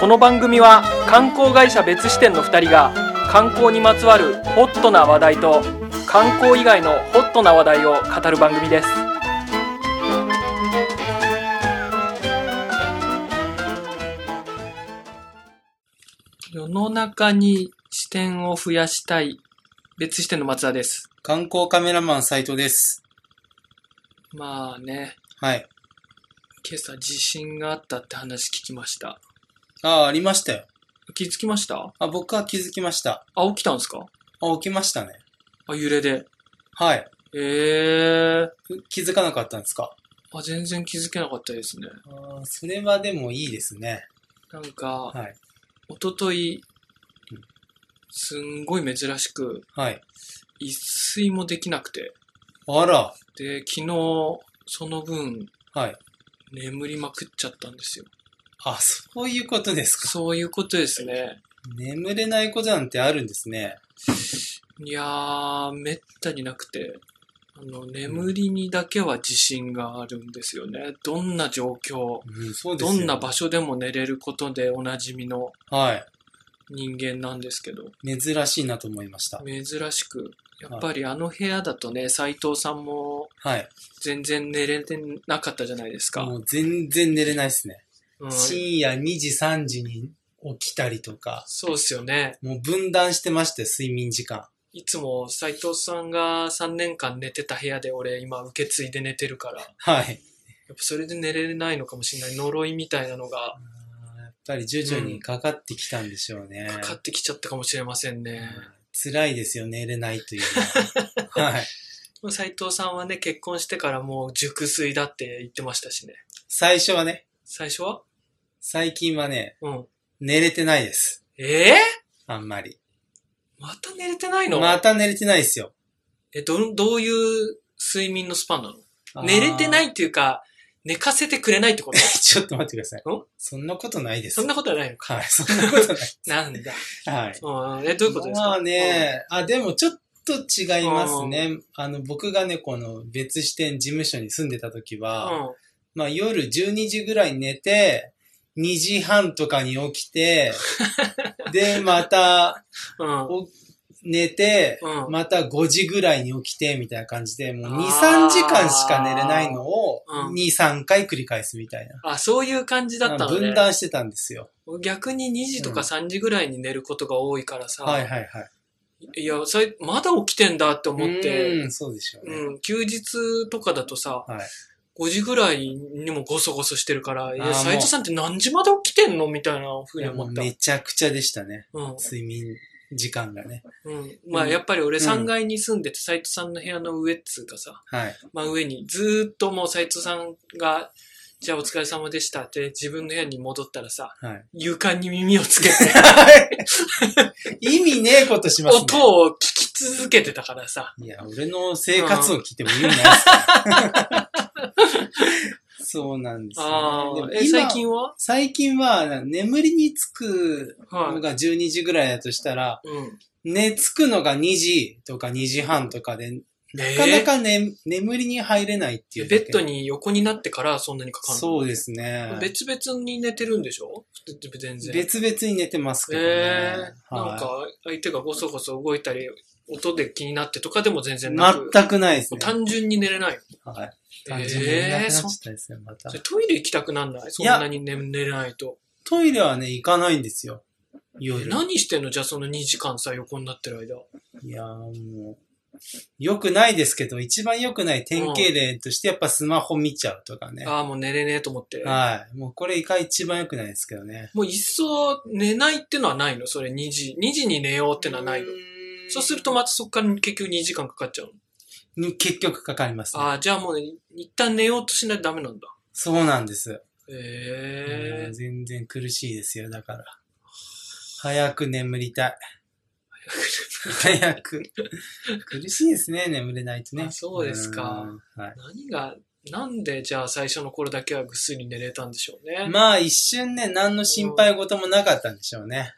この番組は観光会社別支店の2人が観光にまつわるホットな話題と観光以外のホットな話題を語る番組です世の中に視点を増やしたい別支店の松田です観光カメラマン斉藤です。まあねはい。今朝地震があったって話聞きましたああ、ありましたよ。気づきましたあ、僕は気づきました。あ起きたんですかあ、起きましたね。あ揺れではい。ええー、気づかなかったんですかあ、全然気づけなかったですね。あーそれはでもいいですね。なんか、はい。一昨日うんすんごい珍しく、はい。一睡もできなくて。あら。で、昨日、その分、はい。眠りまくっちゃったんですよ。あ、そういうことですか。そういうことですね。眠れないことなんてあるんですね。いやー、めったになくて、あの、眠りにだけは自信があるんですよね。どんな状況、うん、そうですどよ、んな場所でも寝れることでおなじみのは人間なんですけど。い。珍しいなと思いました。珍しくやっぱりあの部屋だとね斉藤さんもはい。全然寝れてなかったじゃないですか、もう全然寝れないですね。うん深夜2時、3時に起きたりとか、そうですよねもう分断してましたよ、睡眠時間。いつも斉藤さんが3年間寝てた部屋で俺今受け継いで寝てるからやっはい。ぱそれで寝れないのかもしれない呪いみたいなのがあーやっぱり徐々にかかってきたんでしょうね。かかってきちゃったかもしれませんね辛いですよ、寝れないという のは。はい。まあ斉藤さんはね結婚してからもう熟睡だって言ってましたしね最初はね、最初は最近はね、うん寝れてないです。ええあんまり。また寝れてないの、また寝れてないですよ。えどどういう睡眠のスパンなの寝れてなあー いっていうか、寝かせてくれないってことちょっと待ってくださいん。そんなことないです。そんなことはないの か。はい、そんなことない。なんだ。はい。うん、え、どういうことですかまあね、あ、でもちょっと違いますね。あの、僕がね、この別支店事務所に住んでた時うん。は、まあ夜12時ぐらいに寝て、2時半とかに起きて、 で、またうん。うん。寝て、うんまた5時ぐらいに起きて、みたいな感じで、もう2、あー3時間しか寝れないのをう、ん2、3回繰り返すみたいな。あ、そういう感じだったの分ね。断してたんですよ。逆に2時とか3時ぐらいに寝ることが多いからさ、、はいはいはいや、それ、まだ起きてんだってい。思って、うん、そうでしょうね。うん、休日とかだとさ、はい。 5時ぐらいにもゴソゴソしてるから、いあーもや、う斎藤さんって何時まで起きてんのみたいなふういにやも思うった。めちゃくちゃでしたね。うん。睡眠時間がね。うん。まあ、うんやっぱり俺うん3階に住んでて、斎藤さんの部屋の上っつうかさ、はい。真上に、ずーっともう斎藤さんが、じゃあお疲れ様でしたって自分の部屋に戻ったらさ、 はい。 床に耳をつけて、意味ねえことしますね。音を聞き続けてたからさ、いや、俺の生活を聞いても意味ない ですから。そうなんですあよ、あ、ね。え、でも最今近は最近は、眠りにつくのはが12時ぐらいだとしたら、い。うん。寝つくのが2時とか2時半とかで、ななかなか、ね、眠りに入れないっていうだベけ。ッドに横になってからそんなにかかんのそうですね。別々に寝てるんでしょ全然。別々に寝てますけどね。えー、はいなんか相手がごそごそ動いたり、音で気になってとかでも全然なく、全くないですもうね。単純に寝れない。はい。え単純に寝れなーくなっちゃそったですね、またそれ。トイレ行きたくなんないそんなに寝寝れないと。トイレはね、行かないんですよ。え夜。何してんのじゃあその2時間さ、横になってる間。いやーもう、良くないですけど、一番良くない典型例としてやっぱスマホ見ちゃうとかね。ああ、もう寝れねえと思って。はい。もうこれが一番良くないですけどね。もう一層寝ないってのはないのそれ2時。2時に寝ようってのはないのうーんそうするとまたそこから結局2時間かかっちゃうの。に結局かかります、ね。ああ、じゃあもうね一旦寝ようとしないとダメなんだ。そうなんです、えもえう全然苦しいですよ、だから。早く眠りたい。早く。苦しいですね、眠れないとね。あそうですかうん。はい。何が、なんでじゃあ最初の頃だけはぐっすり寝れたんでしょうね。まあ一瞬ね、何の心配事もなかったんでしょうね。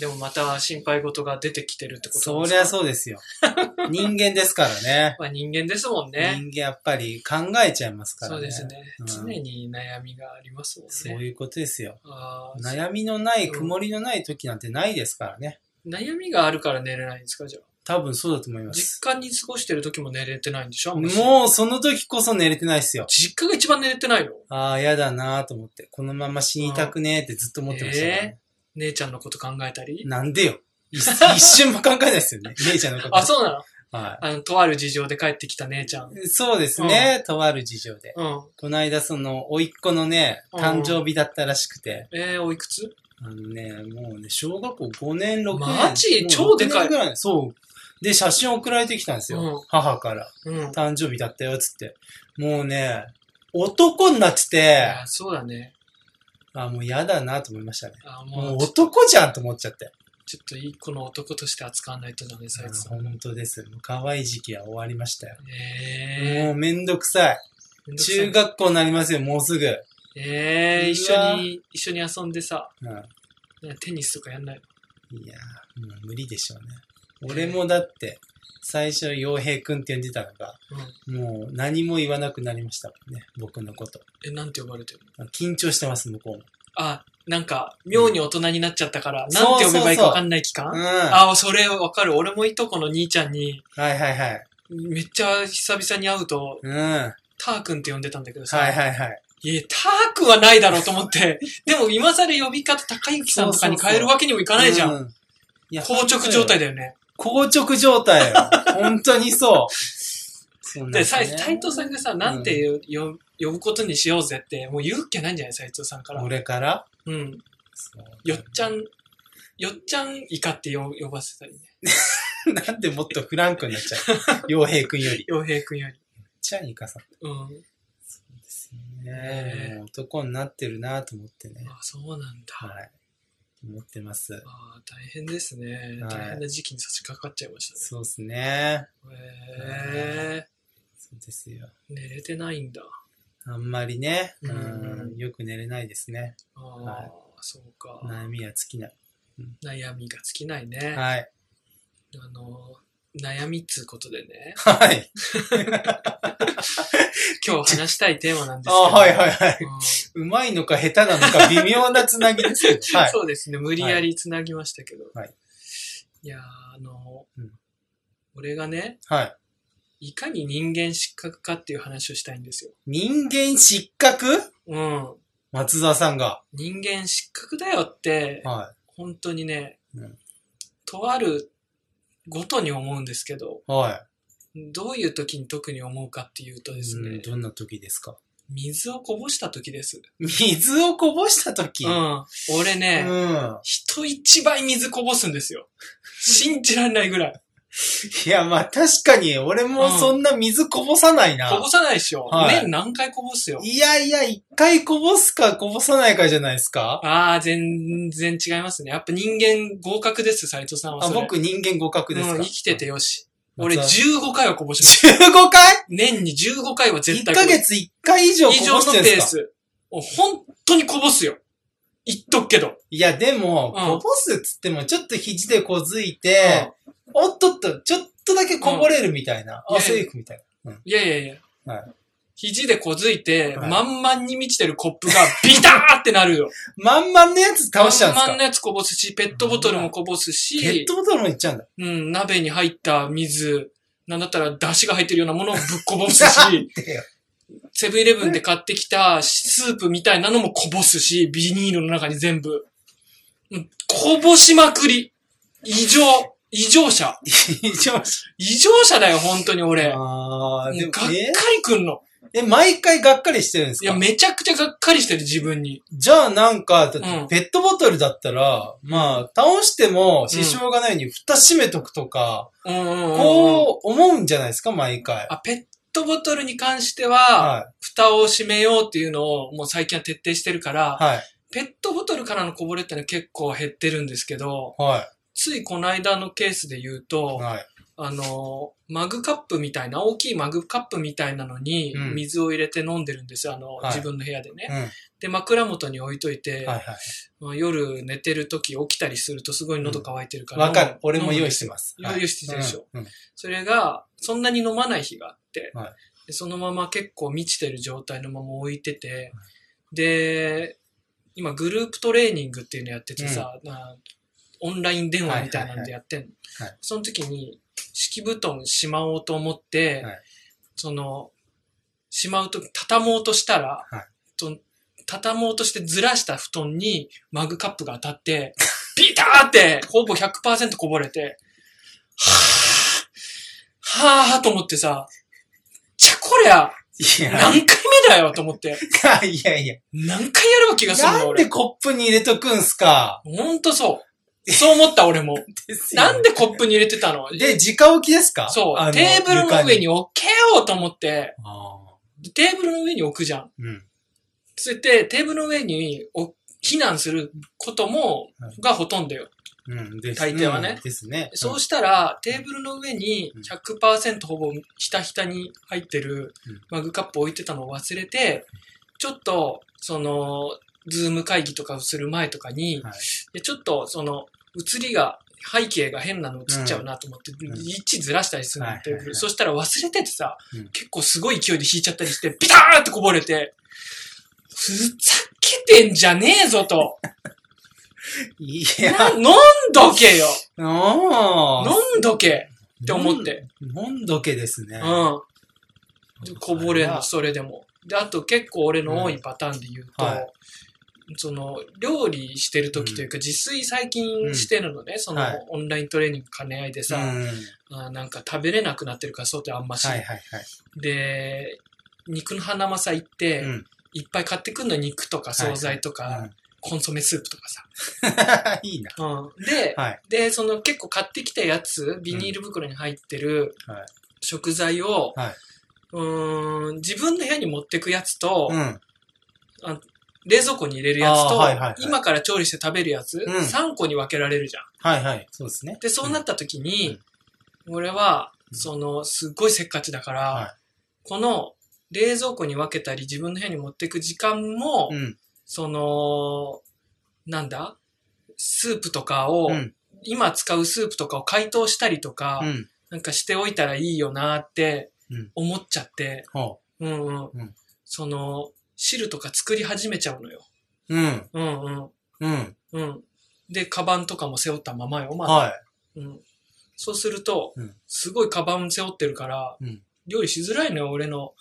でもまた心配事が出てきてるってことなんそですりかゃそうです よ。人間ですからね。まあ人間ですもんね。人間やっぱり考えちゃいますからね。そうですね、うん常に悩みがありますもんね。そういうことですよ。あー悩みのない、うん曇りのない時なんてないですからね。悩みがあるから寝れないんですかじゃあ。多分そうだと思います。実家に過ごしてる時も寝れてないんでしょあんまりもうその時こそ寝れてないですよ。実家が一番寝れてないのああ、やだなーと思って。このまま死にたくねーってずっと思ってましたからね、姉ちゃんのこと考えたり。なんでよ。一 一瞬も考えないで すよね。姉ちゃんのこと。あ、そうなのはあの、とある事情で帰ってきた姉ちゃん。うん。い。そうですね。とある事情で。この間その、甥っ子のね、うん誕生日だったらしくて。えー、おいくつあのね、もうね、小学校5年、6年。マジもう超でかい6年ぐらそう。で、写真送られてきたんですよ。うん母から。うん。い誕生日だったよ、つって。もうね、男になってて、やそうだね。あ、もう嫌だなと思いましたね。あももうう、男じゃんと思っちゃって。ちょっといい子の男として扱わないとダメさ、あいつ。本当です。もう可愛い時期は終わりましたよ。もえうめんどくさい。ー、めんどくさい中学校になりますよ、もうすぐ。えー、一うわ緒に、一緒に遊んでさ、うんテニスとかやんないのいやー、もう無理でしょうね。俺もだって、最初、洋平くんって呼んでたのが、うん。もう何も言わなくなりましたもんね、僕のこと。え、なんて呼ばれてるの緊張してます、向こうも。あ、なんか、妙に大人になっちゃったから、なんて呼べばいいかわかんない期間うん。はあ、それわかる。俺もいとこの兄ちゃんに、いはいはい。めっちゃ久々に会うと、うん。はター君って呼んでたんだけどいさ、はいはい。いや、ター君はないだろうと思って、でも今更呼び方高之さんとかに変えるわけにもいかないじゃん。う。いや硬直状態で。だよね。硬直状 態よ。本当にそう。そうなんで、すさね斎藤さんがさ、なんてよ、よ呼ぶことにしようぜって、もう言うっきゃないんじゃない斎藤さんから。俺からうん。そうよっちゃん、よっちゃんイカって呼呼ばせたりね。 なんでもっとフランクになっちゃう。洋平くんより。洋平君より。じゃあ、イカさん。うん。そうですね。もう男になってるなと思ってね。あそうなんだ。はい。思ってます。あ大変ですね、はい大変な時期に差し掛かっちゃいましたそうですね。ね。へえそうですよ。寝れてないんだ。あんまりね、ううんん、よく寝れないですね。ああ、はいそうか。悩みは尽きない。悩みが尽きないね。はい。あの悩みっつうことで ね、はい。今日話したいテーマなんですあけど。はいはいはい。うんうまいのか下手なのか微妙なつなぎですけど。 はい。そうですね、無理やりつなぎましたけど。はいいやーあの、うん俺がね、はい。いかに人間失格かっていう話をしたいんですよ。人間失格うん。松沢さんが。人間失格だよって、は本当にね、うんとあるごとに思うんですけど、い。はどういう時に特に思うかっていうとい。ですね、うんどんな時ですか水をこぼした時です。水をこぼした時うん。俺うね、ん。人一倍水こぼすんです よ。信じられないぐらい。いや、まあ確かに俺もそんな水こぼさないな。こぼさないでしょ。はい年何回こぼすよ。いやいや、一回こぼすかこぼさないかじゃないですかああ、全然違いますね。やっぱ人間合格です、斎藤さんはあそれ。僕人間互角ですか、うん、生きててよし。松俺沢。 15回はこぼします。 15回年に15回は絶 ?1 対ヶ月1回以上こ以上ぼのしペてるんでーすかス。もう本当にこぼすよ。言っとくけど。いや、でも、うんこぼすっつっても、ちょっと肘でこづいて、おっとっと、ちょっとだけこぼれるみたいな。うんあ、セーフみたいいやいやいや。は肘でこづいて、はい満々に満ちてるコップがビターってなるよ。な。まんまんのやつ 倒しちゃうん満です々かのやつこぼすし、ペットボトルもこぼすし、ペットボトルもいっちゃうんだ。 うん、鍋に入った水、なんだったら出汁が入ってるようなものをぶっこぼす しだよ、セブンイレブンで買ってきたスープみたいなのもこぼすし、ビニールの中に全部。うんこぼしまくり。異常。異常者。以上異常者だよ、本当に俺。もあうー、がでっもか、えりくんの。え、毎回がっかりしてるんですいや、かめちゃくちゃがっかりしてる、自分に。じゃあなんか、だってうんペットボトルだったら、まあ、倒しても支障がないように蓋閉めとくとか、うんうんうんこう思うんじゃないですか、毎回。あ、ペットボトルに関しては、は蓋を閉めようっていうのを、もう最近は徹底してるから、い。はい。ペットボトルからのこぼれってのは結構減ってるんですけど、はついこの間のケースで言うい。と、はい。あの、マグカップみたいな、大きいマグカップみたいなのにう、ん水を入れて飲んでるんですよ、あの、はい自分の部屋でね。うん。はいで、枕元に置いといて、はい。まあ夜寝てる時起きたりするとすごい喉乾いてるから。わかる。俺も飲むん用で意すしてます。用意してるでしょはい。うんそれが、そんなに飲まない日があって、はいでそのまま結構満ちてる状態のまま置いてて、で、今グループトレーニングっていうのやっててさ、なオンライン電話みたいなんでやってんの。はいはいその時に、敷布団しまおうと思って、はいその、しまうと、畳もうとしたら、はいその畳もうとしてずらした布団にマグカップが当たって、 ピターって、ほぼ100%こぼれて、はぁ、はぁと思ってさ、じゃこりゃ、いや、何回目だよと思って、いやいや。何回やれば気がするのなんで俺。コップに入れとくんすかほんとそう。そう思った俺 も。ですよなんでコップに入れてたので、直置きですかそう。テーブルの上。あに置けよと思って、床あテーブルの上に置くじゃん。ーうん。ついて、テーブルの上にお避難することもはい、がほとんどよ。うん。です大抵はねうんですね。そうししたら、テーブルの上にうん100%ほぼひたひたに入ってるうんマグカップ置いてたのを忘れて、ちょっと、その、ズーム会議とかをする前とかに、はいでちょっと、その、映りが、背景が変なの映っちゃうなと思って、ん位置ずらしたりするの、はいテーブはいはル。いそしたら忘れててさ、うん結構すごい勢いで引いちゃったりして、ピターってこぼれて、ふざけてんじゃねえぞと。 いなや、飲んどけよおー飲んどけって思って。。飲んどけですね。うん。こぼれんの、それでも。で、あと結構俺の多いパターンで言うと、うんはいその、料理してる時というか、自炊最近してるのね、その、はいオンライントレーニング兼ね合いでうん。さ、はいあーなんか食べれなくなってるから、外あんまし、はいはい。で、肉の花まさ行って、うんいっぱい買ってくんの肉とか惣菜とか、うんコンソメスープとかさ。 いいな。うん、で、はいで、その結構買ってきたやつ、ビニール袋に入ってるはい食材を、はいうーん、自分の部屋に持ってくやつと、うん。冷蔵庫に入れるやつあーと、はいはいはい今から調理して食べるやつ、うん3個に分けられるじゃん。はいはい。そうですね。で、そうなった時に、俺は、うんその、すっごいせっかちだから、はいこの、冷蔵庫に分けたり、自分の部屋に持ってく時間も、うん。その、なんだスープとかを、うん。今使うスープとかを解凍したりとか、うん。なんかしておいたらいいよなーってうん思っちゃって、ほうんうん。うんその、汁とか作り始めちゃうのよ。う。うん。うんうん。うん。うん。で、カバンとかも背負ったままよ、まだ。はうん、そうすると、うんすごいカバン背負ってるから、うん料理しづらいのよ、俺の。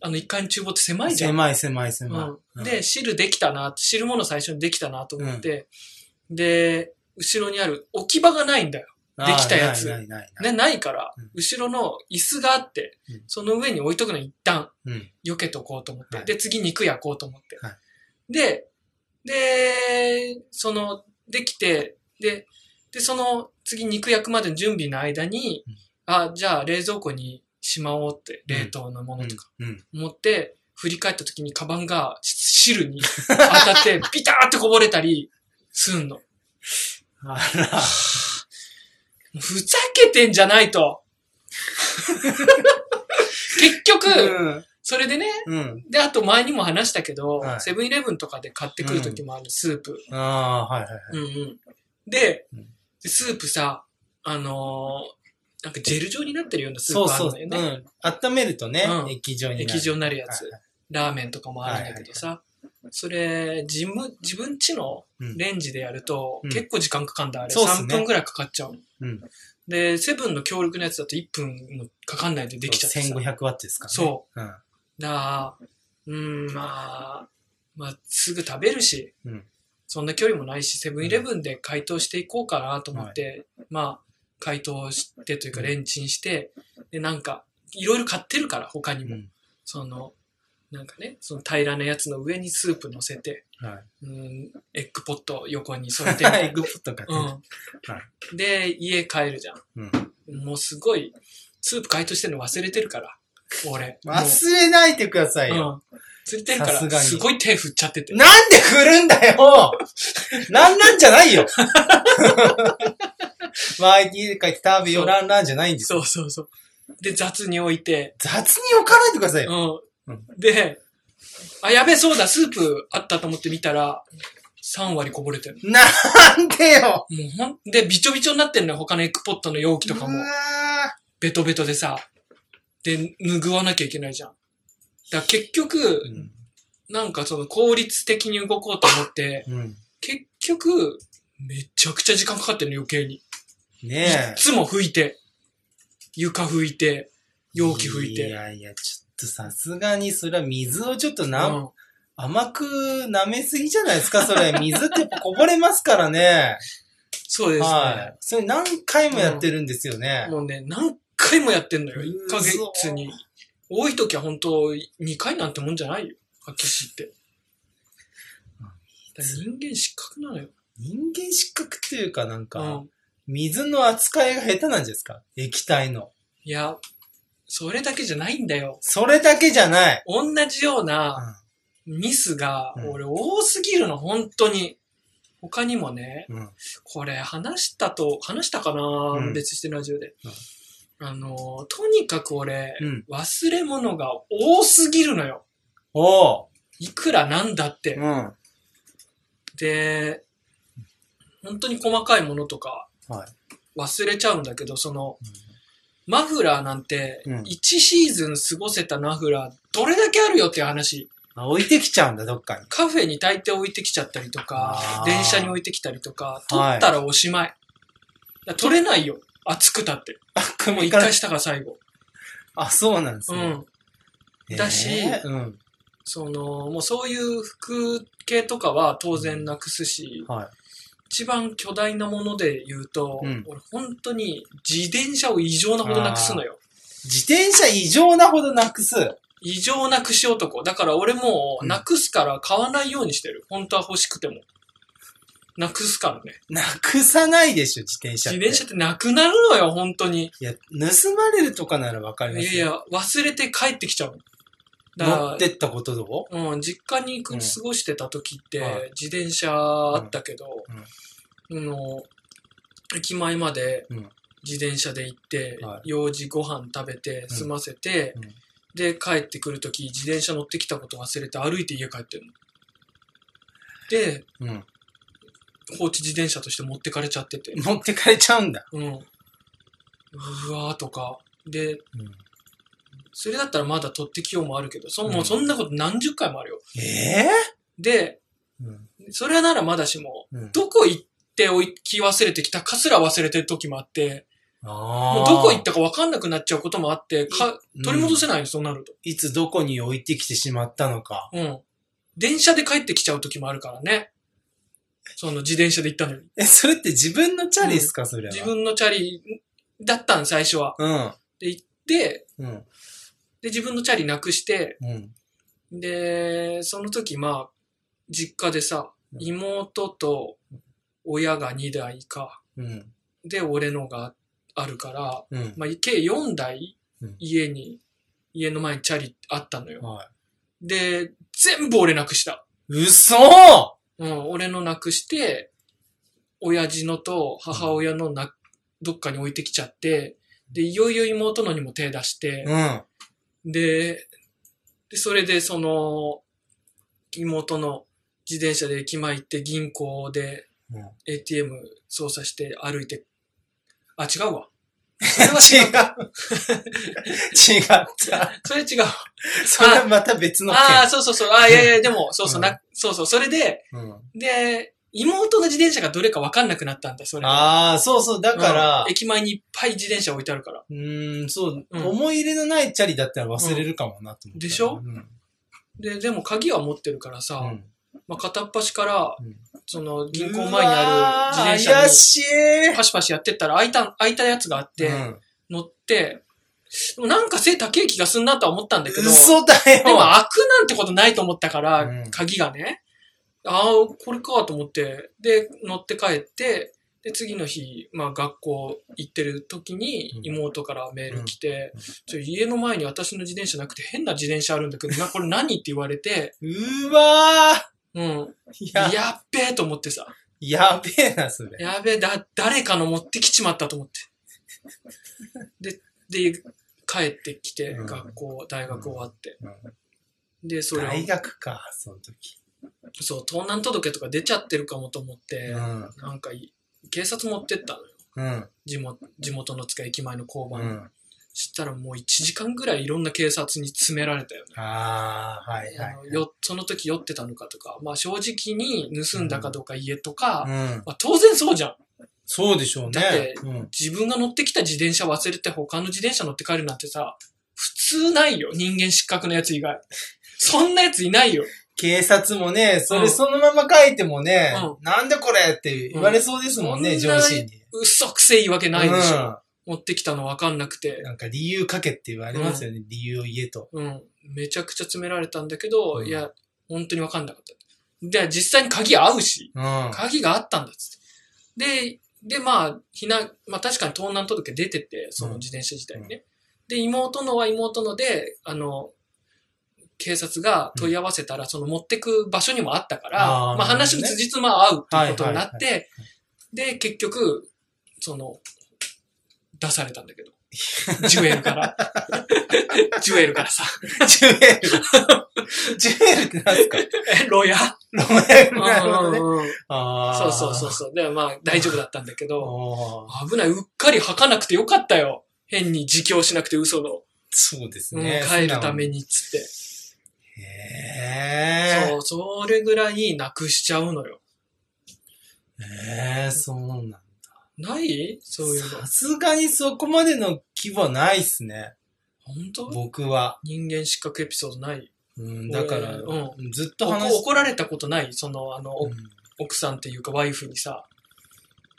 あの、一階の厨房って狭いい。じゃん。狭い狭い狭い。う、うんんで、汁できたな、汁物最初にできたなと思って、で、後ろにある置き場がないんだよ。あーできたやつないないないない。ね、ないからうん、後ろの椅子があってうん、その上に置いとくの一旦、うん。避けとこうと思って、はいで、次肉焼こうと思って。はで、で、その、できて、で、で、その、次肉焼くまでの準備の間に、うんあ、じゃあ冷蔵庫にしまおうって、うん冷凍のものとか、うん。うん。思って、振り返った時にカバンが汁に当た って、ピターってこぼれたりすんの。もあら。うふざけてんじゃないと。 結局、それでね、 うん。うん。で、あと前にも話したけど、はいセブンイレブンとかで買ってくる時もある、スープ。ああー、はいはいはい。うんうん。で、うんでスープさ、あのーなんかジェル状になってるようなスーそうプあるそんう。だうよね。ん。温めるとねう、ん液状になる。液状になるやつはい。ラーメンとかもあるんだけどさ、それ、自分、自分家のうんレンジでやると、うん結構時間かかんだ、あれ。そうっす3ね分ぐらいかかっちゃうの。うんで、セブンの強力なやつだと1分もかかんないでできちゃってさ。 1500ワットですかね。。そううん。だから、うん、まあ、まあ、すぐ食べるし、うんそんな距離もないし、セブンイレブンで解凍していこうかなと思って、まあ、解凍してというか、うんレンチンして、で、なんか、いろいろ買ってるから、他にも。うんその、なんかね、その平らなやつの上にスープ乗せて、はうん、エッグポット横に添えてみた い。エいッグポット買ってな、ねうん。で、家帰るじゃん。うん。もうすごい、スープ解凍してるの忘れてるから、俺。もう忘れないでくださいよ。うん。釣れてるかさすら、がにすごい手振っちゃってて。 なんで振るんだよなんなんじゃないよまあ、家帰って食べよらんらんじゃないんですよ。そうそうそう。で、雑に置いて、雑に置かないでくださいよ。ううんん。で、あ、やべ、そうだ、スープあったと思って見たら、3割こぼれてる。なんでよもうほん、で、びちょびちょになってるのよ、他のエッグポットの容器とかうわも。ベトベトでさ。で、拭わなきゃいけないじゃん。だから結ー局、うんなんかその効率的に動こうと思って、うん。結局、めちゃくちゃ時間かかってるの余計に。いねえ。つも拭いて、床拭いて、容器拭いいて。やいや、ちょっとさすがにそれは水をちょっとな、うん甘く舐めすぎじゃないですか、それ。水ってやっぱこぼれますからね。そうですね。はい。それ何回もやってるんですよね。もうね、何回もやってんのよ。う1んヶ月に。多い時は本当2回なんてもんじゃないよ。はっきり知って。だから人間失格なのよ。人間失格っていうかなんか、うん。水の扱いが下手なんじゃないですか液体の。いや、それだけじゃないんだよ。それだけじゃない。同じようなミスが、うん俺多すぎるの、本当に。他にもね、うん。うん。これ話したと、話したかな、ん別してラジオで。うんあの、とにかく俺、うん。忘れ物が多すぎるのよ。おう。いくらなんだって。うん。はで、本当に細かいものとかい。忘れちゃうんだけど、その、マフラーなんて、うん1シーズン過ごせたマフラー、どれだけあるよっていう話。あ、置いてきちゃうんだ、どっかに。カフェに炊いて置いてきちゃったりとあか、ー電車に置いてきたりとか、取はいったらおしまい。だ取れないよ。熱くたって。あ、も組う一回したが最後。あ、そうなんですうね。ん。だしねえうん。その、もうそういう服系とかは当然なくすし、はい。一番巨大なもので言うと、うん俺本当に自転車を異常なほどなくすのよ。自転車異常なほどなくす。異常なくし男。だから俺もうなくすから買わないようにしてる。本当は欲しくても。なくすからね。なくさないでしょ、自転車っ自て。転車ってなくなるのよ、本当に。いや、盗まれるとかならわかりまいやすいよ。や、忘れて帰ってきちゃうの。だ持かってったことどうら、うん、実家にうくん過ごしてた時って、はい自転車あったけど、あの、駅前までうん自転車で行って、はい用事ご飯食べて、済ませて、うんで、帰ってくるとき、自転車乗ってきたこと忘れて歩いて家帰ってるの。で、うん。放置自転車として持ってかれちゃってて。持ってかれちゃうんだ。うん。うわーとか。で、それだったらまだ取ってきようもあるけど、そ,、もうそんなこと何十回もあるよ。えで、ぇ、うんそれはならまだしも、うんどこ行って置き忘れてきたかすら忘れてる時もあって、あもーうどこ行ったか分かんなくなっちゃうこともあって、か取り戻せないよ、そうなると。いつどこに置いてきてしまったのか。うん。電車で帰ってきちゃう時もあるからね。その自転車で行ったのに。え、それって自分のチャリですか、それは。自分のチャリだったん、最初は。で、行って、うん。うん。で、自分のチャリなくして、うん。で、その時、まあ、実家でさう、ん妹と親が2台か、うん。で、俺のがあるから、うん。まあ、計4台うん、家に、家の前にチャリあったのよ。はい。で、全部俺なくした。嘘うん、俺のなくして、親父のと母親のな、どっかに置いてきちゃって、で、いよいよ妹のにも手出してう、ん。で、で、それでその、妹の自転車で駅前行って銀行でうん ATM 操作して歩いて、あ、違 うわ。違う。違った。それ違う。それはまた別の件。ああ、そうそうそう。あーいやいや、でも、そうそう、うな、そうそう。それで、うん、で、妹の自転車がどれかわかんなくなったんだ、それ。ああ、そうそう。だからうん、駅前にいっぱい自転車置いてあるから。うーん、そう、うん思い入れのないチャリだったら忘れるかもなと思った、でしょうん。で、でも鍵は持ってるからさ、うんまあ、片っ端から、うんその銀行前にある自転うわー車怪にしい。パシパシやってったら開いた、開いたやつがあって、うん乗って、でもなんか背高い気がすんなとは思ったんだけど、嘘だでよ。も開くなんてことないと思ったから、うん鍵がね、ああ、これかと思って、で、乗って帰って、で、次の日、まあ学校行ってる時にうん妹からメール来てうん、ちょ家の前に私の自転車なくて変な自転車あるんだけど、な、これ何って言われて、うわうん、 ーいや、やっべえと思ってさ。やべえな、それ。やべえ、だ、誰かの持ってきちまったと思って。で、で、帰ってきて、うん学校、大学終わって。うんで、それを大学か、その時。そう、盗難届とか出ちゃってるかもと思って、うんなんかい、警察持ってったのよ。うん。地元、地元のつか駅前の交う番。ん。したらもう1時間ぐらいいろんな警察に詰められたよね。ああ、はいはいあの。よその時酔ってたのかとか、まあ正直に盗んだかどうか家とか、うん。まあ当然そうじゃん。そうでしょうねだって。うん。自分が乗ってきた自転車忘れて他の自転車乗って帰るなんてさ、普通ないよ。人間失格のやつ以外。そんなやついないよ。警察もね、そうれんそのまま書いてもね、うなんでこれって言われそうですもんね、うん上司に。嘘くせえ言い訳ないでしょ。ょ。持ってきたのわかんなくて。なんか理由書けって言われますよね、理由を言えと。うん。めちゃくちゃ詰められたんだけど、うんいや、本当にわかんなかった。で、実際に鍵合うし、うん。は鍵があったんだっつって。で、で、まあ、避難、まあ確かに盗難届出てて、その自転車自体にね。で、妹のは妹ので、あの、警察が問い合わせたら、その持ってく場所にもあったから、あまあーなるほどね話に辻褄合うっていうことになって、はで、結局、その、出されたん だけど。ジュエルから。ジュエルからさ。 ジュエル。 ジュエルって何すかえ、牢屋ロメル。なるほど ね。うんうんうんあそあ。うそうそうそう。で、まあ、大丈夫だったんだけど、あー危ない。うっかり吐かなくてよかったよ。変に自供しなくて嘘の。そうですうんね。帰るためにっつって。へえ。そう、それぐらいなくしちゃうのよ。へえ、そうなんだ。ないそういうのさ。すがにそこまでの規模ないっすね。本当僕は。人間失格エピソードないうん、だから、うずっと話おして、怒られたことないその、あの、おうん奥さんっていうかワイフにさ、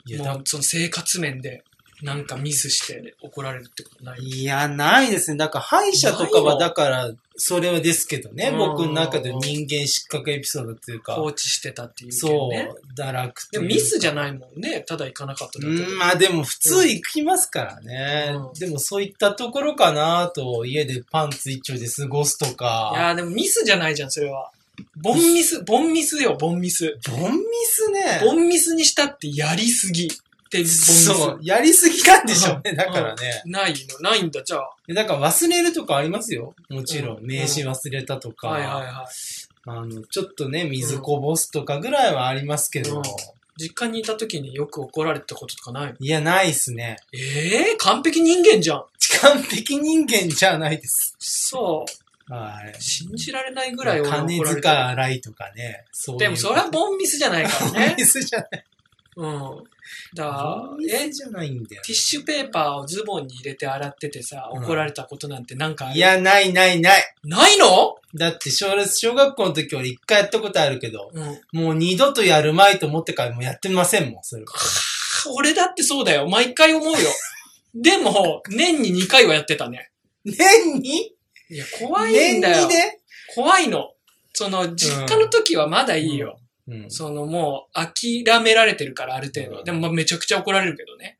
いや、もだうその生活面でなんかミスして怒られるってことないいや、ないですね。だから、歯医者とかないは、のだから、それはですけどね、うん僕の中で人間失格エピソードっていうか放、置してたっていうけそどね。う、堕落でもミスじゃいないもんね。ただ行かなかっただうけで。ん、まあでも普通行きますからね。うんでもそういったところかなと、家でパンツ一丁で過ごすといか、やーでもミスじゃないじゃん、それは。ボンミス、ボンミスよ、ボンミス。ボンミスね。ボンミスにしたってやりすぎって、ボンミス。そう、やりすぎなんでしょうね、だからね。ないの、ないんだ、じゃあ。だから忘れるとかありますよ。もちろん。うん名刺忘れたとか、はいはいはい。あの、ちょっとね、水こぼすとかぐらいはありますけど、うん実家にいた時によく怒られたこととかないのいや、ないっすね。ええー、完璧人間じゃん。完璧人間じゃないです。そう。はい。信じられないぐらい俺は金怒られ塚た。洗いとかね。そういうでもそれはボンミスじゃないからボン ねミ。スじゃない。うん。だボンミえスじゃないんだよティッ。シュペーパーをズボンに入れて洗っててさ、うん怒られたことなんてなんかあるいや、ないないない。ないのだって小、小学校の時俺一回やったことあるけど、うん。もう二度とやるまいと思ってからもうやってませんもん、それは。俺だってそうだよ。毎回思う よ。でも、年に2回はやってたね。年にいや、怖いんだ年よに。で怖いの。その、実家の時はまだいいよ。うんその、もう、諦められてるから、ある程う度。んでも、まあ、めちゃくちゃ怒られるけどね。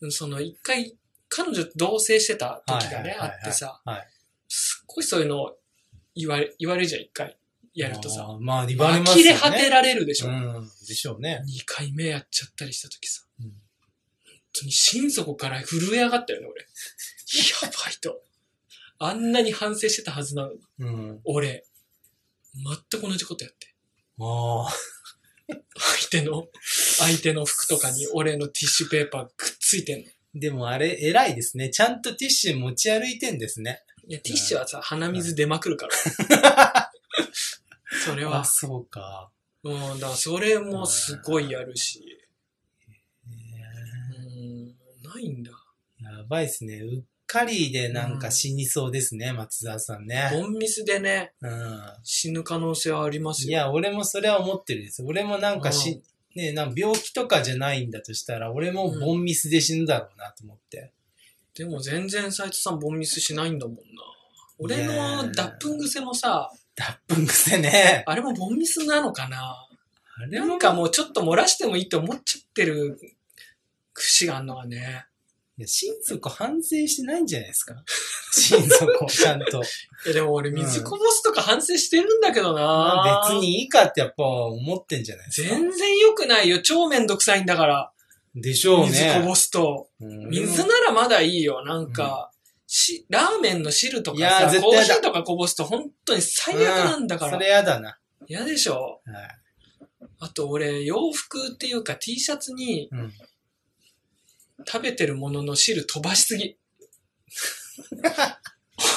うんその、一回、彼女と同棲してた時がはいはいね、はいはあいってさはい、すっごいそういうのを言われ、言われるじゃん、一回。やるとさ。あー。まあ、言われます呆よね。れ果てられるでしょ。うん。でしょうね。 2回目やっちゃったりした時さ、うん本当に心底から震え上がったよね、 俺。やばいと。あんなに反省してたはずなのに、うん。俺、全く同じことやって。ああ。相手の、相手の服とか に俺のティッシュペーパーがくっついてんの。でもあれ、偉いですね。ちゃんとティッシュ持ち歩いてんですね。いや、ティッシュはさ、鼻水出まくるから。 それはあ、、そうか。うん、だからそれもすごいやるし、ねうん、ないんだ。えやばいですね。うっかりでなんか死にそうですね、松沢さんね。ボンミスでね、うん。死ぬ可能性はありますいよ。や、俺もそれは思ってるです。俺もなんかし、ねえ、なんか病気とかじゃないんだとしたら、俺もボンミスで死ぬだろうなと思って。でも全然斉藤さんボンミスしないんだもんな。俺ねえの脱粉癖もさ、脱粉癖ね。あれもボンミスなのかなあれ なんかもうちょっと漏らしてもいいと思っちゃってる節があんのはね。いや、心底反省してないんじゃないですか 心底、ちゃん と。いや、でも俺水こぼすとか反省してるんだけどな、別。にいいかってやっぱ思ってんじゃないですか。全然良くないよ。超めんどくさいんだから。でしょうね。水こぼすと。うん水ならまだいいよ。なんか、し、ラーメンの汁とかいやーさ、絶コ対ーやだヒーとかこぼすと本当に最悪なんだかそら。れやだな。嫌でしょはい。あと俺、洋服っていうか T シャツにうん。食べてるものの汁飛ばしす ぎ。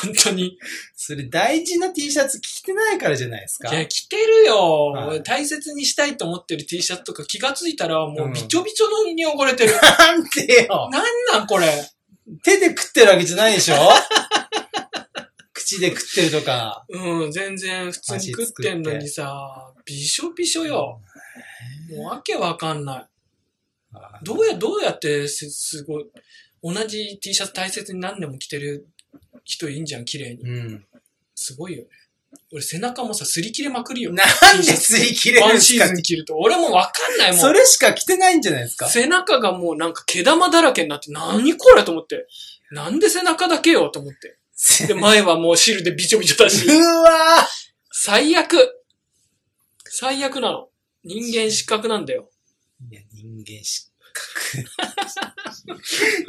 本当に。それ大事な T シャツ着てないからじゃないですい。かや、着てるよ、はい俺大切にしたいと思ってる T シャツとか気がついたらもううんびちょびちょのに汚れ てる。なんでよなんなんこれ。手で食ってるわけじゃないでしょ 口で食ってるとか。うん、全然普通に食ってんのにさ、びしょびしょよ。もうわけわかんない。あどうや、どうやってす、すごい、同じ T シャツ大切に何年も着てる人いいんじゃん、綺麗に。うん。すごいよね。俺背中もさ、擦り切れまくる よ。なんで擦り切れワるんンでシすーズかン着ると。俺もうわかんないもん。それしか着てないんじゃないですか背中がもうなんか毛玉だらけになって、何これと思って。なんで背中だけよと思って。で、前はもう汁でびちょびちょだし。 うわ最悪最悪なの。人間失格なんだよ。ーいや、人間失格。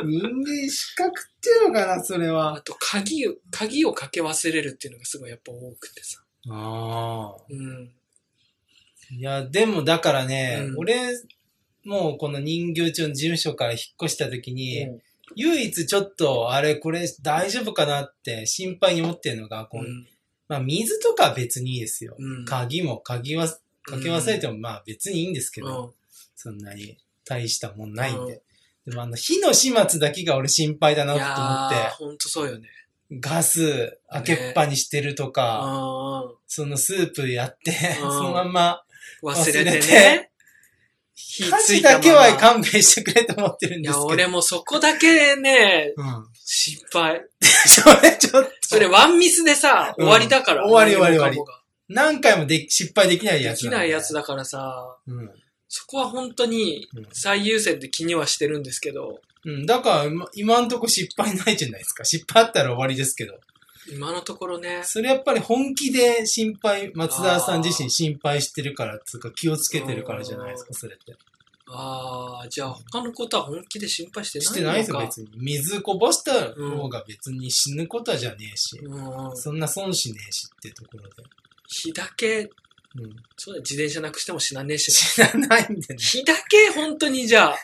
人間失格っていうのかな、それあは。と、鍵を、鍵をかけ忘れるっていうのがすごいやっぱ多くてさ。ああ。うん。いや、でもだからね、うん俺、もうこの人形町の事務所から引っ越した時に、うん唯一ちょっと、あれ、これ大丈夫かなって心配に思ってるのが、こううんまあ水とかは別にいいですよ。うん。鍵も、鍵は、かけ忘れてもまあ別にいいんですけうど、ん。そんなに大したもんないんで。うでもあの、火の始末だけが俺心配だないと思やーっほんとそうよね。て、ガス開けっぱにしてるとうんか、うんうん。そのスープやって、うん そのまんま、忘れて忘れねて。火火つい事たまだまけは勘弁してくれと思ってるんいですけや、ど。俺もそこだけね、 うん。失敗。それちょっと。それワンミスでさ、うん終わりだから。終わり終わ何りもかもが何回もで失敗できないやでつきないやつだ。だからさ、うん。そこは本当にうん最優先で気にはしてるんですけど、うん。だから今、今んとこ失敗ないじゃないですか。失敗あったら終わりですけど。今のところね、それやっぱり本気で心配、松田さん自身心配してるから、つうか気をつけてるからじゃないですか、それって。ああ、じゃあ他のことは本気で心配してないのかしてないですよ、別に。水こぼした方が別に死ぬことはじゃねえし、うん。そんな損しねえしってところで。日だけ、うん。そうだよ自転車なくしても死なねえし。死なないんでね。日だけ本当にじゃあ、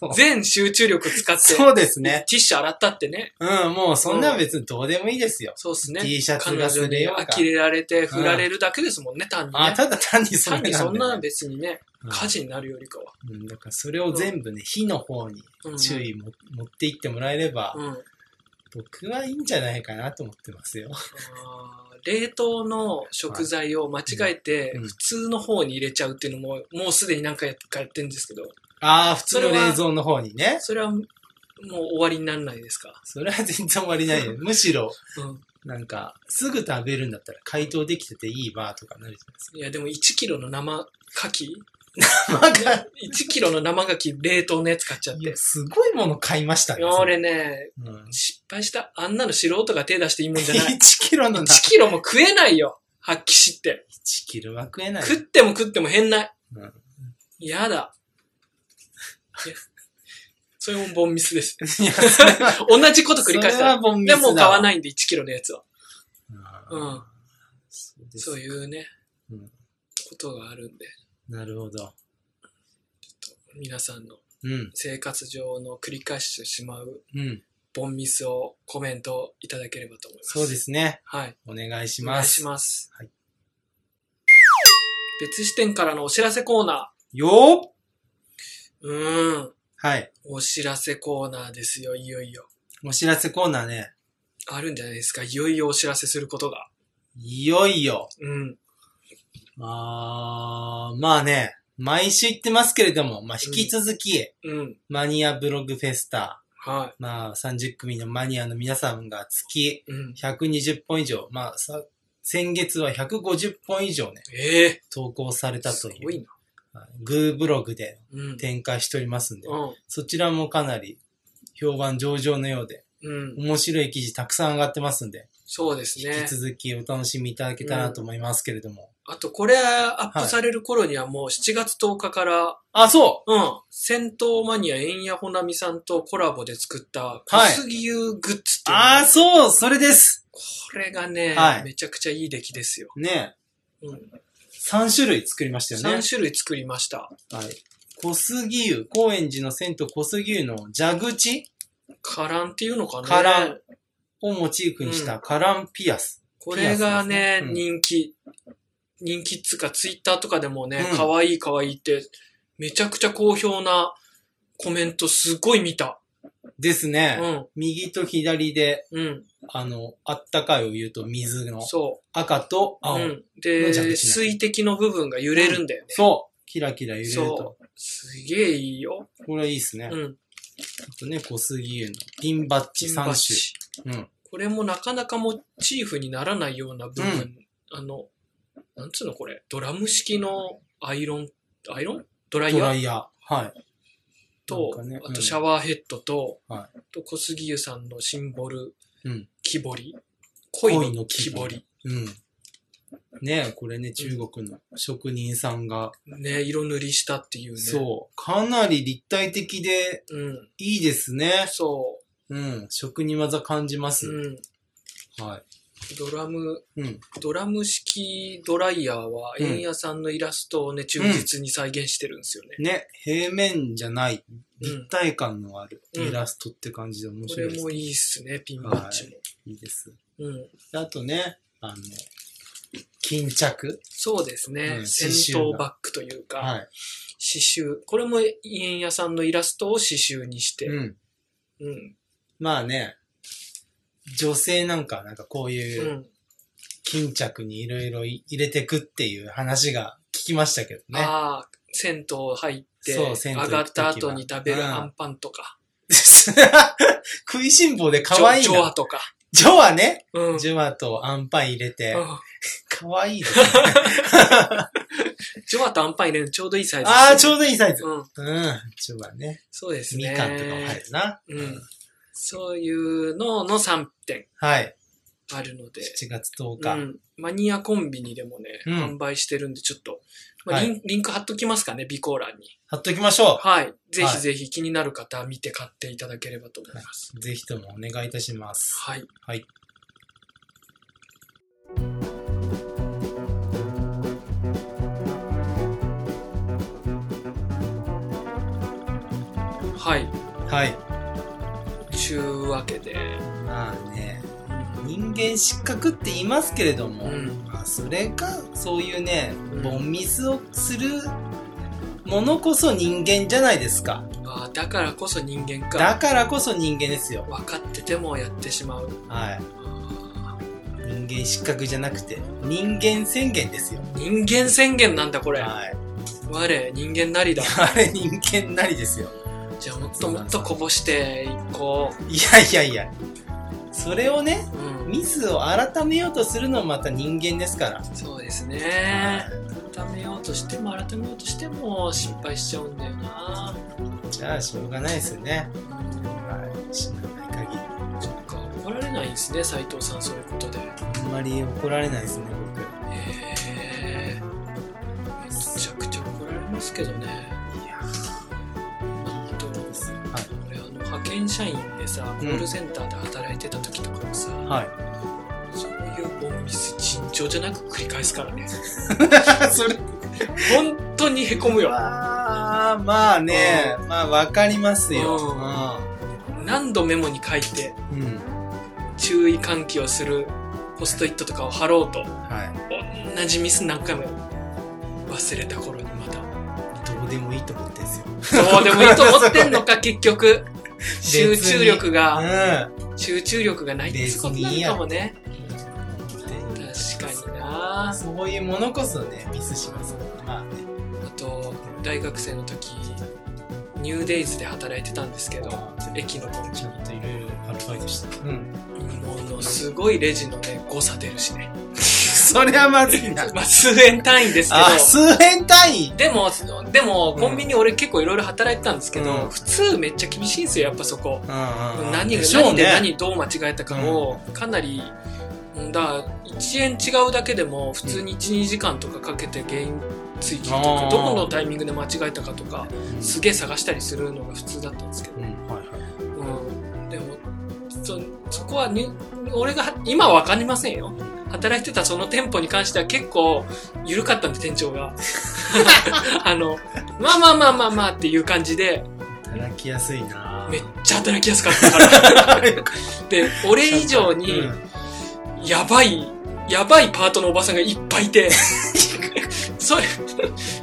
そう。全集中力使って、テそうですね。ィッシュ洗ったってね。うん、もうそんなん別にどうでもいいですよ。そうっすね。 T シャツ彼が女すれにようが。呆れられて振られるだけですもんね、単にね。あ、ただ単にそ単れなんだによそんな別にね、うん火事になるよりかは。うん、だからそれを全部ね、火の方にうん注意も、持っていってもらえれば、うん。僕はいいんじゃないかなと思ってますよ。あー冷凍の食材を間違えてうん普通の方に入れちゃうっていうのも、もうすでに何回かやってるんですけど、ああ、普通そのれは冷蔵の方にね。それはもう終わりにならないですか。それは全然終わりないよ。むしろ、うなんか、すぐ食べるんだったら解凍できてていいわとかなるじん。いや、でも1キロの生牡蠣ゃないですか。 なんか、 1キロの生牡蠣冷凍のやつ買っちゃっいてや、。すごいもの買いましたいね。や俺ね、それうん、失敗した。あんなの素人が手出していいもんじゃない。 1キ ロのな、 1キロも食えないよ。発揮しって。 1キロは食えない。 食っても食っても変ない。うんやだ。いやそれもボンミスです。いや、それは、同じこと繰り返しそたれは。ボンミでスだわ。も買わないんで、1キロのやつは。うん。うんそうですそういうね、うんことがあるんで、なるほど。皆さんのうん。生活上の繰り返してしまううん。ボンミスをコメントいただければと思います。そうで。すね。はい。お願いしお願まいしす。ます。はい別視点からのお知らせコーナよーっー。うーん。はい。お知らせコーナーですよ、いよいよ。お知らせコーナーね。あるんじゃないですか、いよいよお知らせすることが。いよいよ。うん。あー、まあね、毎週言ってますけれども、まあ引き続き、うん。マニアブログフェスタ、はまあ30組のマニアの皆さんが月い。うん。 120本以上、まあさ、先月は150本以上ね、ええ投稿されたとすい、ごいうな。はいグーブログでうん。展開しておりますんで、うん。そちらもかなり評判上々のようで、うん。面白い記事たくさん上がってますんで、そうです引ねき。続きお楽しみいただけたらと思いますけれども。あと、これ、アップされる頃にはもう7月10日から、あ、そうん。戦闘マニア、円谷ほなみさんとコラボで作った、小はい杉優グッズってういうのああ、そうそれですこれがね、はいめちゃくちゃいい出来ですよ。ねうん。三3種類作りましたよね3。種類作りました。はい。小杉湯、高円寺の銭湯小杉湯の蛇口カランっていうのかなカランをモチーフにしたカランピアス。これがね、ピアスですねうん人気。人気っつうか、ツイッターとかでもねう、ん可愛、い可愛いって、めちゃくちゃ好評なコメントすごい見た。ですね。うん、右と左で、うん、あの、あったかいお湯と水のそ赤とう。う青。ん、ので、蛇口な水滴の部分が揺れるんだよね。そう。キラキラ揺れるとそ。う。すげえいいよ。これいいですね。うあん。とね、小杉湯のピンバッジピンバッジ3種。うん。これもなかなかモチーフにならないような部分、あの、なんつうのこれ、ドラム式のアイロン、アイロンドライドヤラーイヤー。はい。と、なんかねうんあとシャワーヘッドと、はと小杉湯さんのシンボル、うん木彫り、恋のの木木彫彫りり。うん。ねこれね、中国の職人さんが、ね、色塗りしたっていうね。そう、かなり立体的でう。うん。いいですね。そうん、職人技感じまう。す。うん。はドラム、い。うん。ドラム式ドライヤーは、うん円谷さんのイラストをね、忠実に再現してるんですよね。ね、平面じゃない、立体感のあるうんイラストって感じで面こ白いれです。もいいっすね、ピンバッジも。いいです。うん。であとね、あの、巾着そうですね。うん戦刺繍闘がバッグというか、はい。刺繍。これも円谷さんのイラストを刺繍にして。うん。うん。まあね、女性なんかはなんかこうう。いうん巾着にいろいろ入れてくっていう話が聞きましたけどね。ああ、銭湯入って、そう銭湯行上く時がはった後に食べうんるアンパンとか、 食いしん坊で可愛いジョジョアな。とか。ジョはね、うん。ジョアとアンパン入れて、うん可愛いですね。 ジョアとアンパン入れるのちょうどいいサイズ。ああ、ちょうどいいサイズ。うん。うん、ジョはね、そうですみね。かんとかも入るな。うん。そういうのの3点はい。あるので。 7月10う日。ん、マニアコンビニでもね、う販ん売してるんで、ちょっと、まあはいリン、リンク貼っときますかね、備考欄に。貼っときましょはい。ぜひぜひ気になる方は見て買っていただければと思います。う。ぜひともお願いいたします。はい。はい。はい。はい。ちゅうわけで、まあね、人間失格って言いますけれども、うんまあそれかそういうねうん凡ミスをするものこそ人間じゃないですかああ、だからこそ人間か。だからこそ人間ですよ分かっててもやってしまう。はいあ人間失格じゃなくて人間宣言ですよー人間宣言なんだ、これ。はい我、人間なりだ。あれ人間なりですよじゃあ、もっともっとこぼしていこいやいやいやそれをねう。うん。ミスを改めようとするのもまた人間ですから、そうですね。改めようとしても改めようとしても失敗しちゃうんだよな。はいじゃあしょうがないですよねうんはい死なない限りそっか、怒られないんですね、斉藤さん、そういうことで。あんまり怒られないですね僕へえめちゃくちゃ怒られますけどねいやあとは俺あの派遣社員でさコールセンターで働いてた時とかもさ、い。はい。そういうボンミス尋常じゃなく繰り返すからね それ本当にへこむよは、まあね、まあわかりますよ。うんう何度メモに書いてん。うん。注意喚起をするポストイットとかを貼ろうとは同じミス何回も忘れた頃にまたい。どうでもいいと思ってんですよ。どうでもいいと思ってんのか結局集中力が、うん。集中力がないってことなのかもね確かになあそういうものこそね、ミスします。まあね。と大学生の時ニューデイズで働いてたんですけど駅のコンビちゃんといろいろアルバイトした。うん。ニものすごいレジのね誤差出るしね それはまずいな。まあ、数円単位ですけど。あ、数円単位でも、でもう、んコンビニ俺結構いろいろ働いてたんですけど、うん普通めっちゃ厳しいんですよ、やっぱそこ。うんうん何が、でしょう何でね。何どう間違えたかを、かなり、うんだから1円違うだけでも、普通に1、2時間とかかけて原因追及とあか、ーどこのタイミングで間違えたかとか、うんすげえ探したりするのが普通だったんですけど。うんはいはいうん、でもそそこはに俺が今は分かりませんよ働いてたその店舗に関しては結構緩かったんで店長 があのまあまあまあまあまあっていう感じで働きやすいなめっちゃ働きやすか ったからで俺以上にうんやばいやばいパートのおばさんがいっぱいい てそれ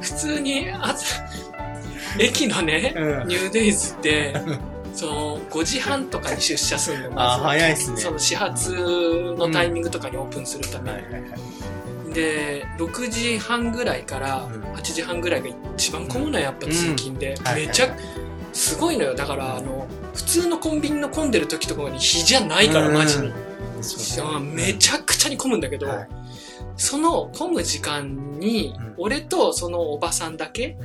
普通にあ駅のねうんニューデイズって、その5時半とかに出社するのあ、ま早いっすず、ね。その始発のタイミングとかにオープンするため、はいはいはい。で6時半ぐらいからうん8時半ぐらいが一番混むのよやっぱうん通勤で、はいはいめちゃすごいのよだからあの普通のコンビニの混んでる時とかに比じゃないからうんマジに、そうねめちゃくちゃに混むんだけど、はいその混む時間に、うん俺とそのおばさんだけ、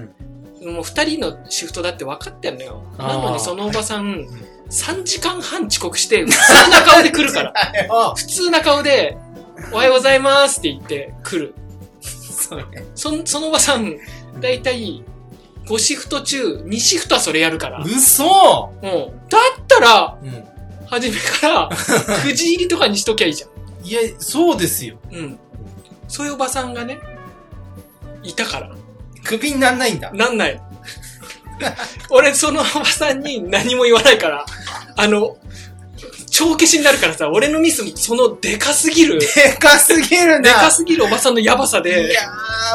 もう2人のシフトだって分かってんのよあなーのにそのおばさん3時間半遅刻して普通な顔で来る からあ普通な顔で「おはようございます」って言って来るそうね。そんそのおばさんだいたい5シフト中2シフトはそれやるから、嘘もうだったらうん。初め から9時入りとかにしときゃいいじゃんいや、そうですよ。うん。そういうおばさんがね、いたから。クビになんないんだ。なんない。俺、そのおばさんに何も言わないから、あの、帳消しになるからさ、俺のミス、そのでかすぎる、ででかすぎるな。かすぎるおばさんのやばさいやーで、や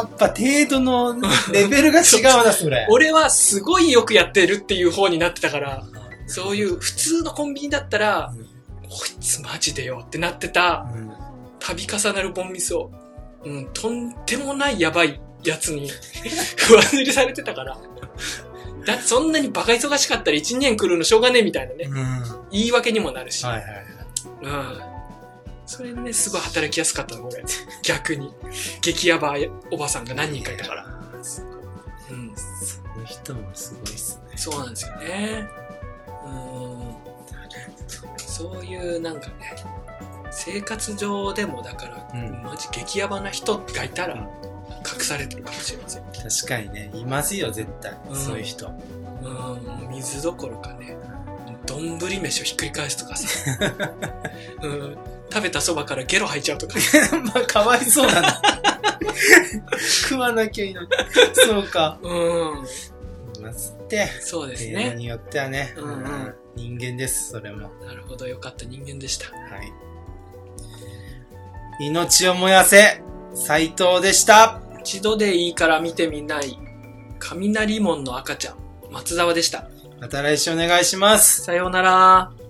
っぱ程度のレベルが違うな、それ。俺はすごいよくやってるっていう方になってたから、そういう普通のコンビニだったら、こいつマジでよってなってた、うん度重なるボンミスを、うん、とんでもないやばいやつに不安塗りされてたから。だってそんなにバカ忙しかったら1、2年来るのしょうがねえみたいなね、うん。言い訳にもなるし。はいはい。うん。それでね、すごい働きやすかったの、俺。 逆に。激ヤバいおばさんが何人かいたから。ら。そうん。の人もすごいっすね。そうなんですよね。うん。そういうなんかね、生活上でもだから、うんマジ激ヤバな人がいたら隠されてるかもしれません。確かにね、いますよ、絶対。うんそういう人。うん、水どころかね、丼飯をひっくり返すとかさ、 うん、食べたそばからゲロ吐いちゃうとか、 まあ、かわいそうだな。 食わなきゃいいのに。そうか。うん、いますって。そうです程度ね。によってはね、うんうん人間です、それも。なるほど、よかった人間でした。はい。命を燃やせ斎藤でした一度でいいから見てみない、雷門の赤ちゃん、松沢でした。また来週お願いしますさようなら。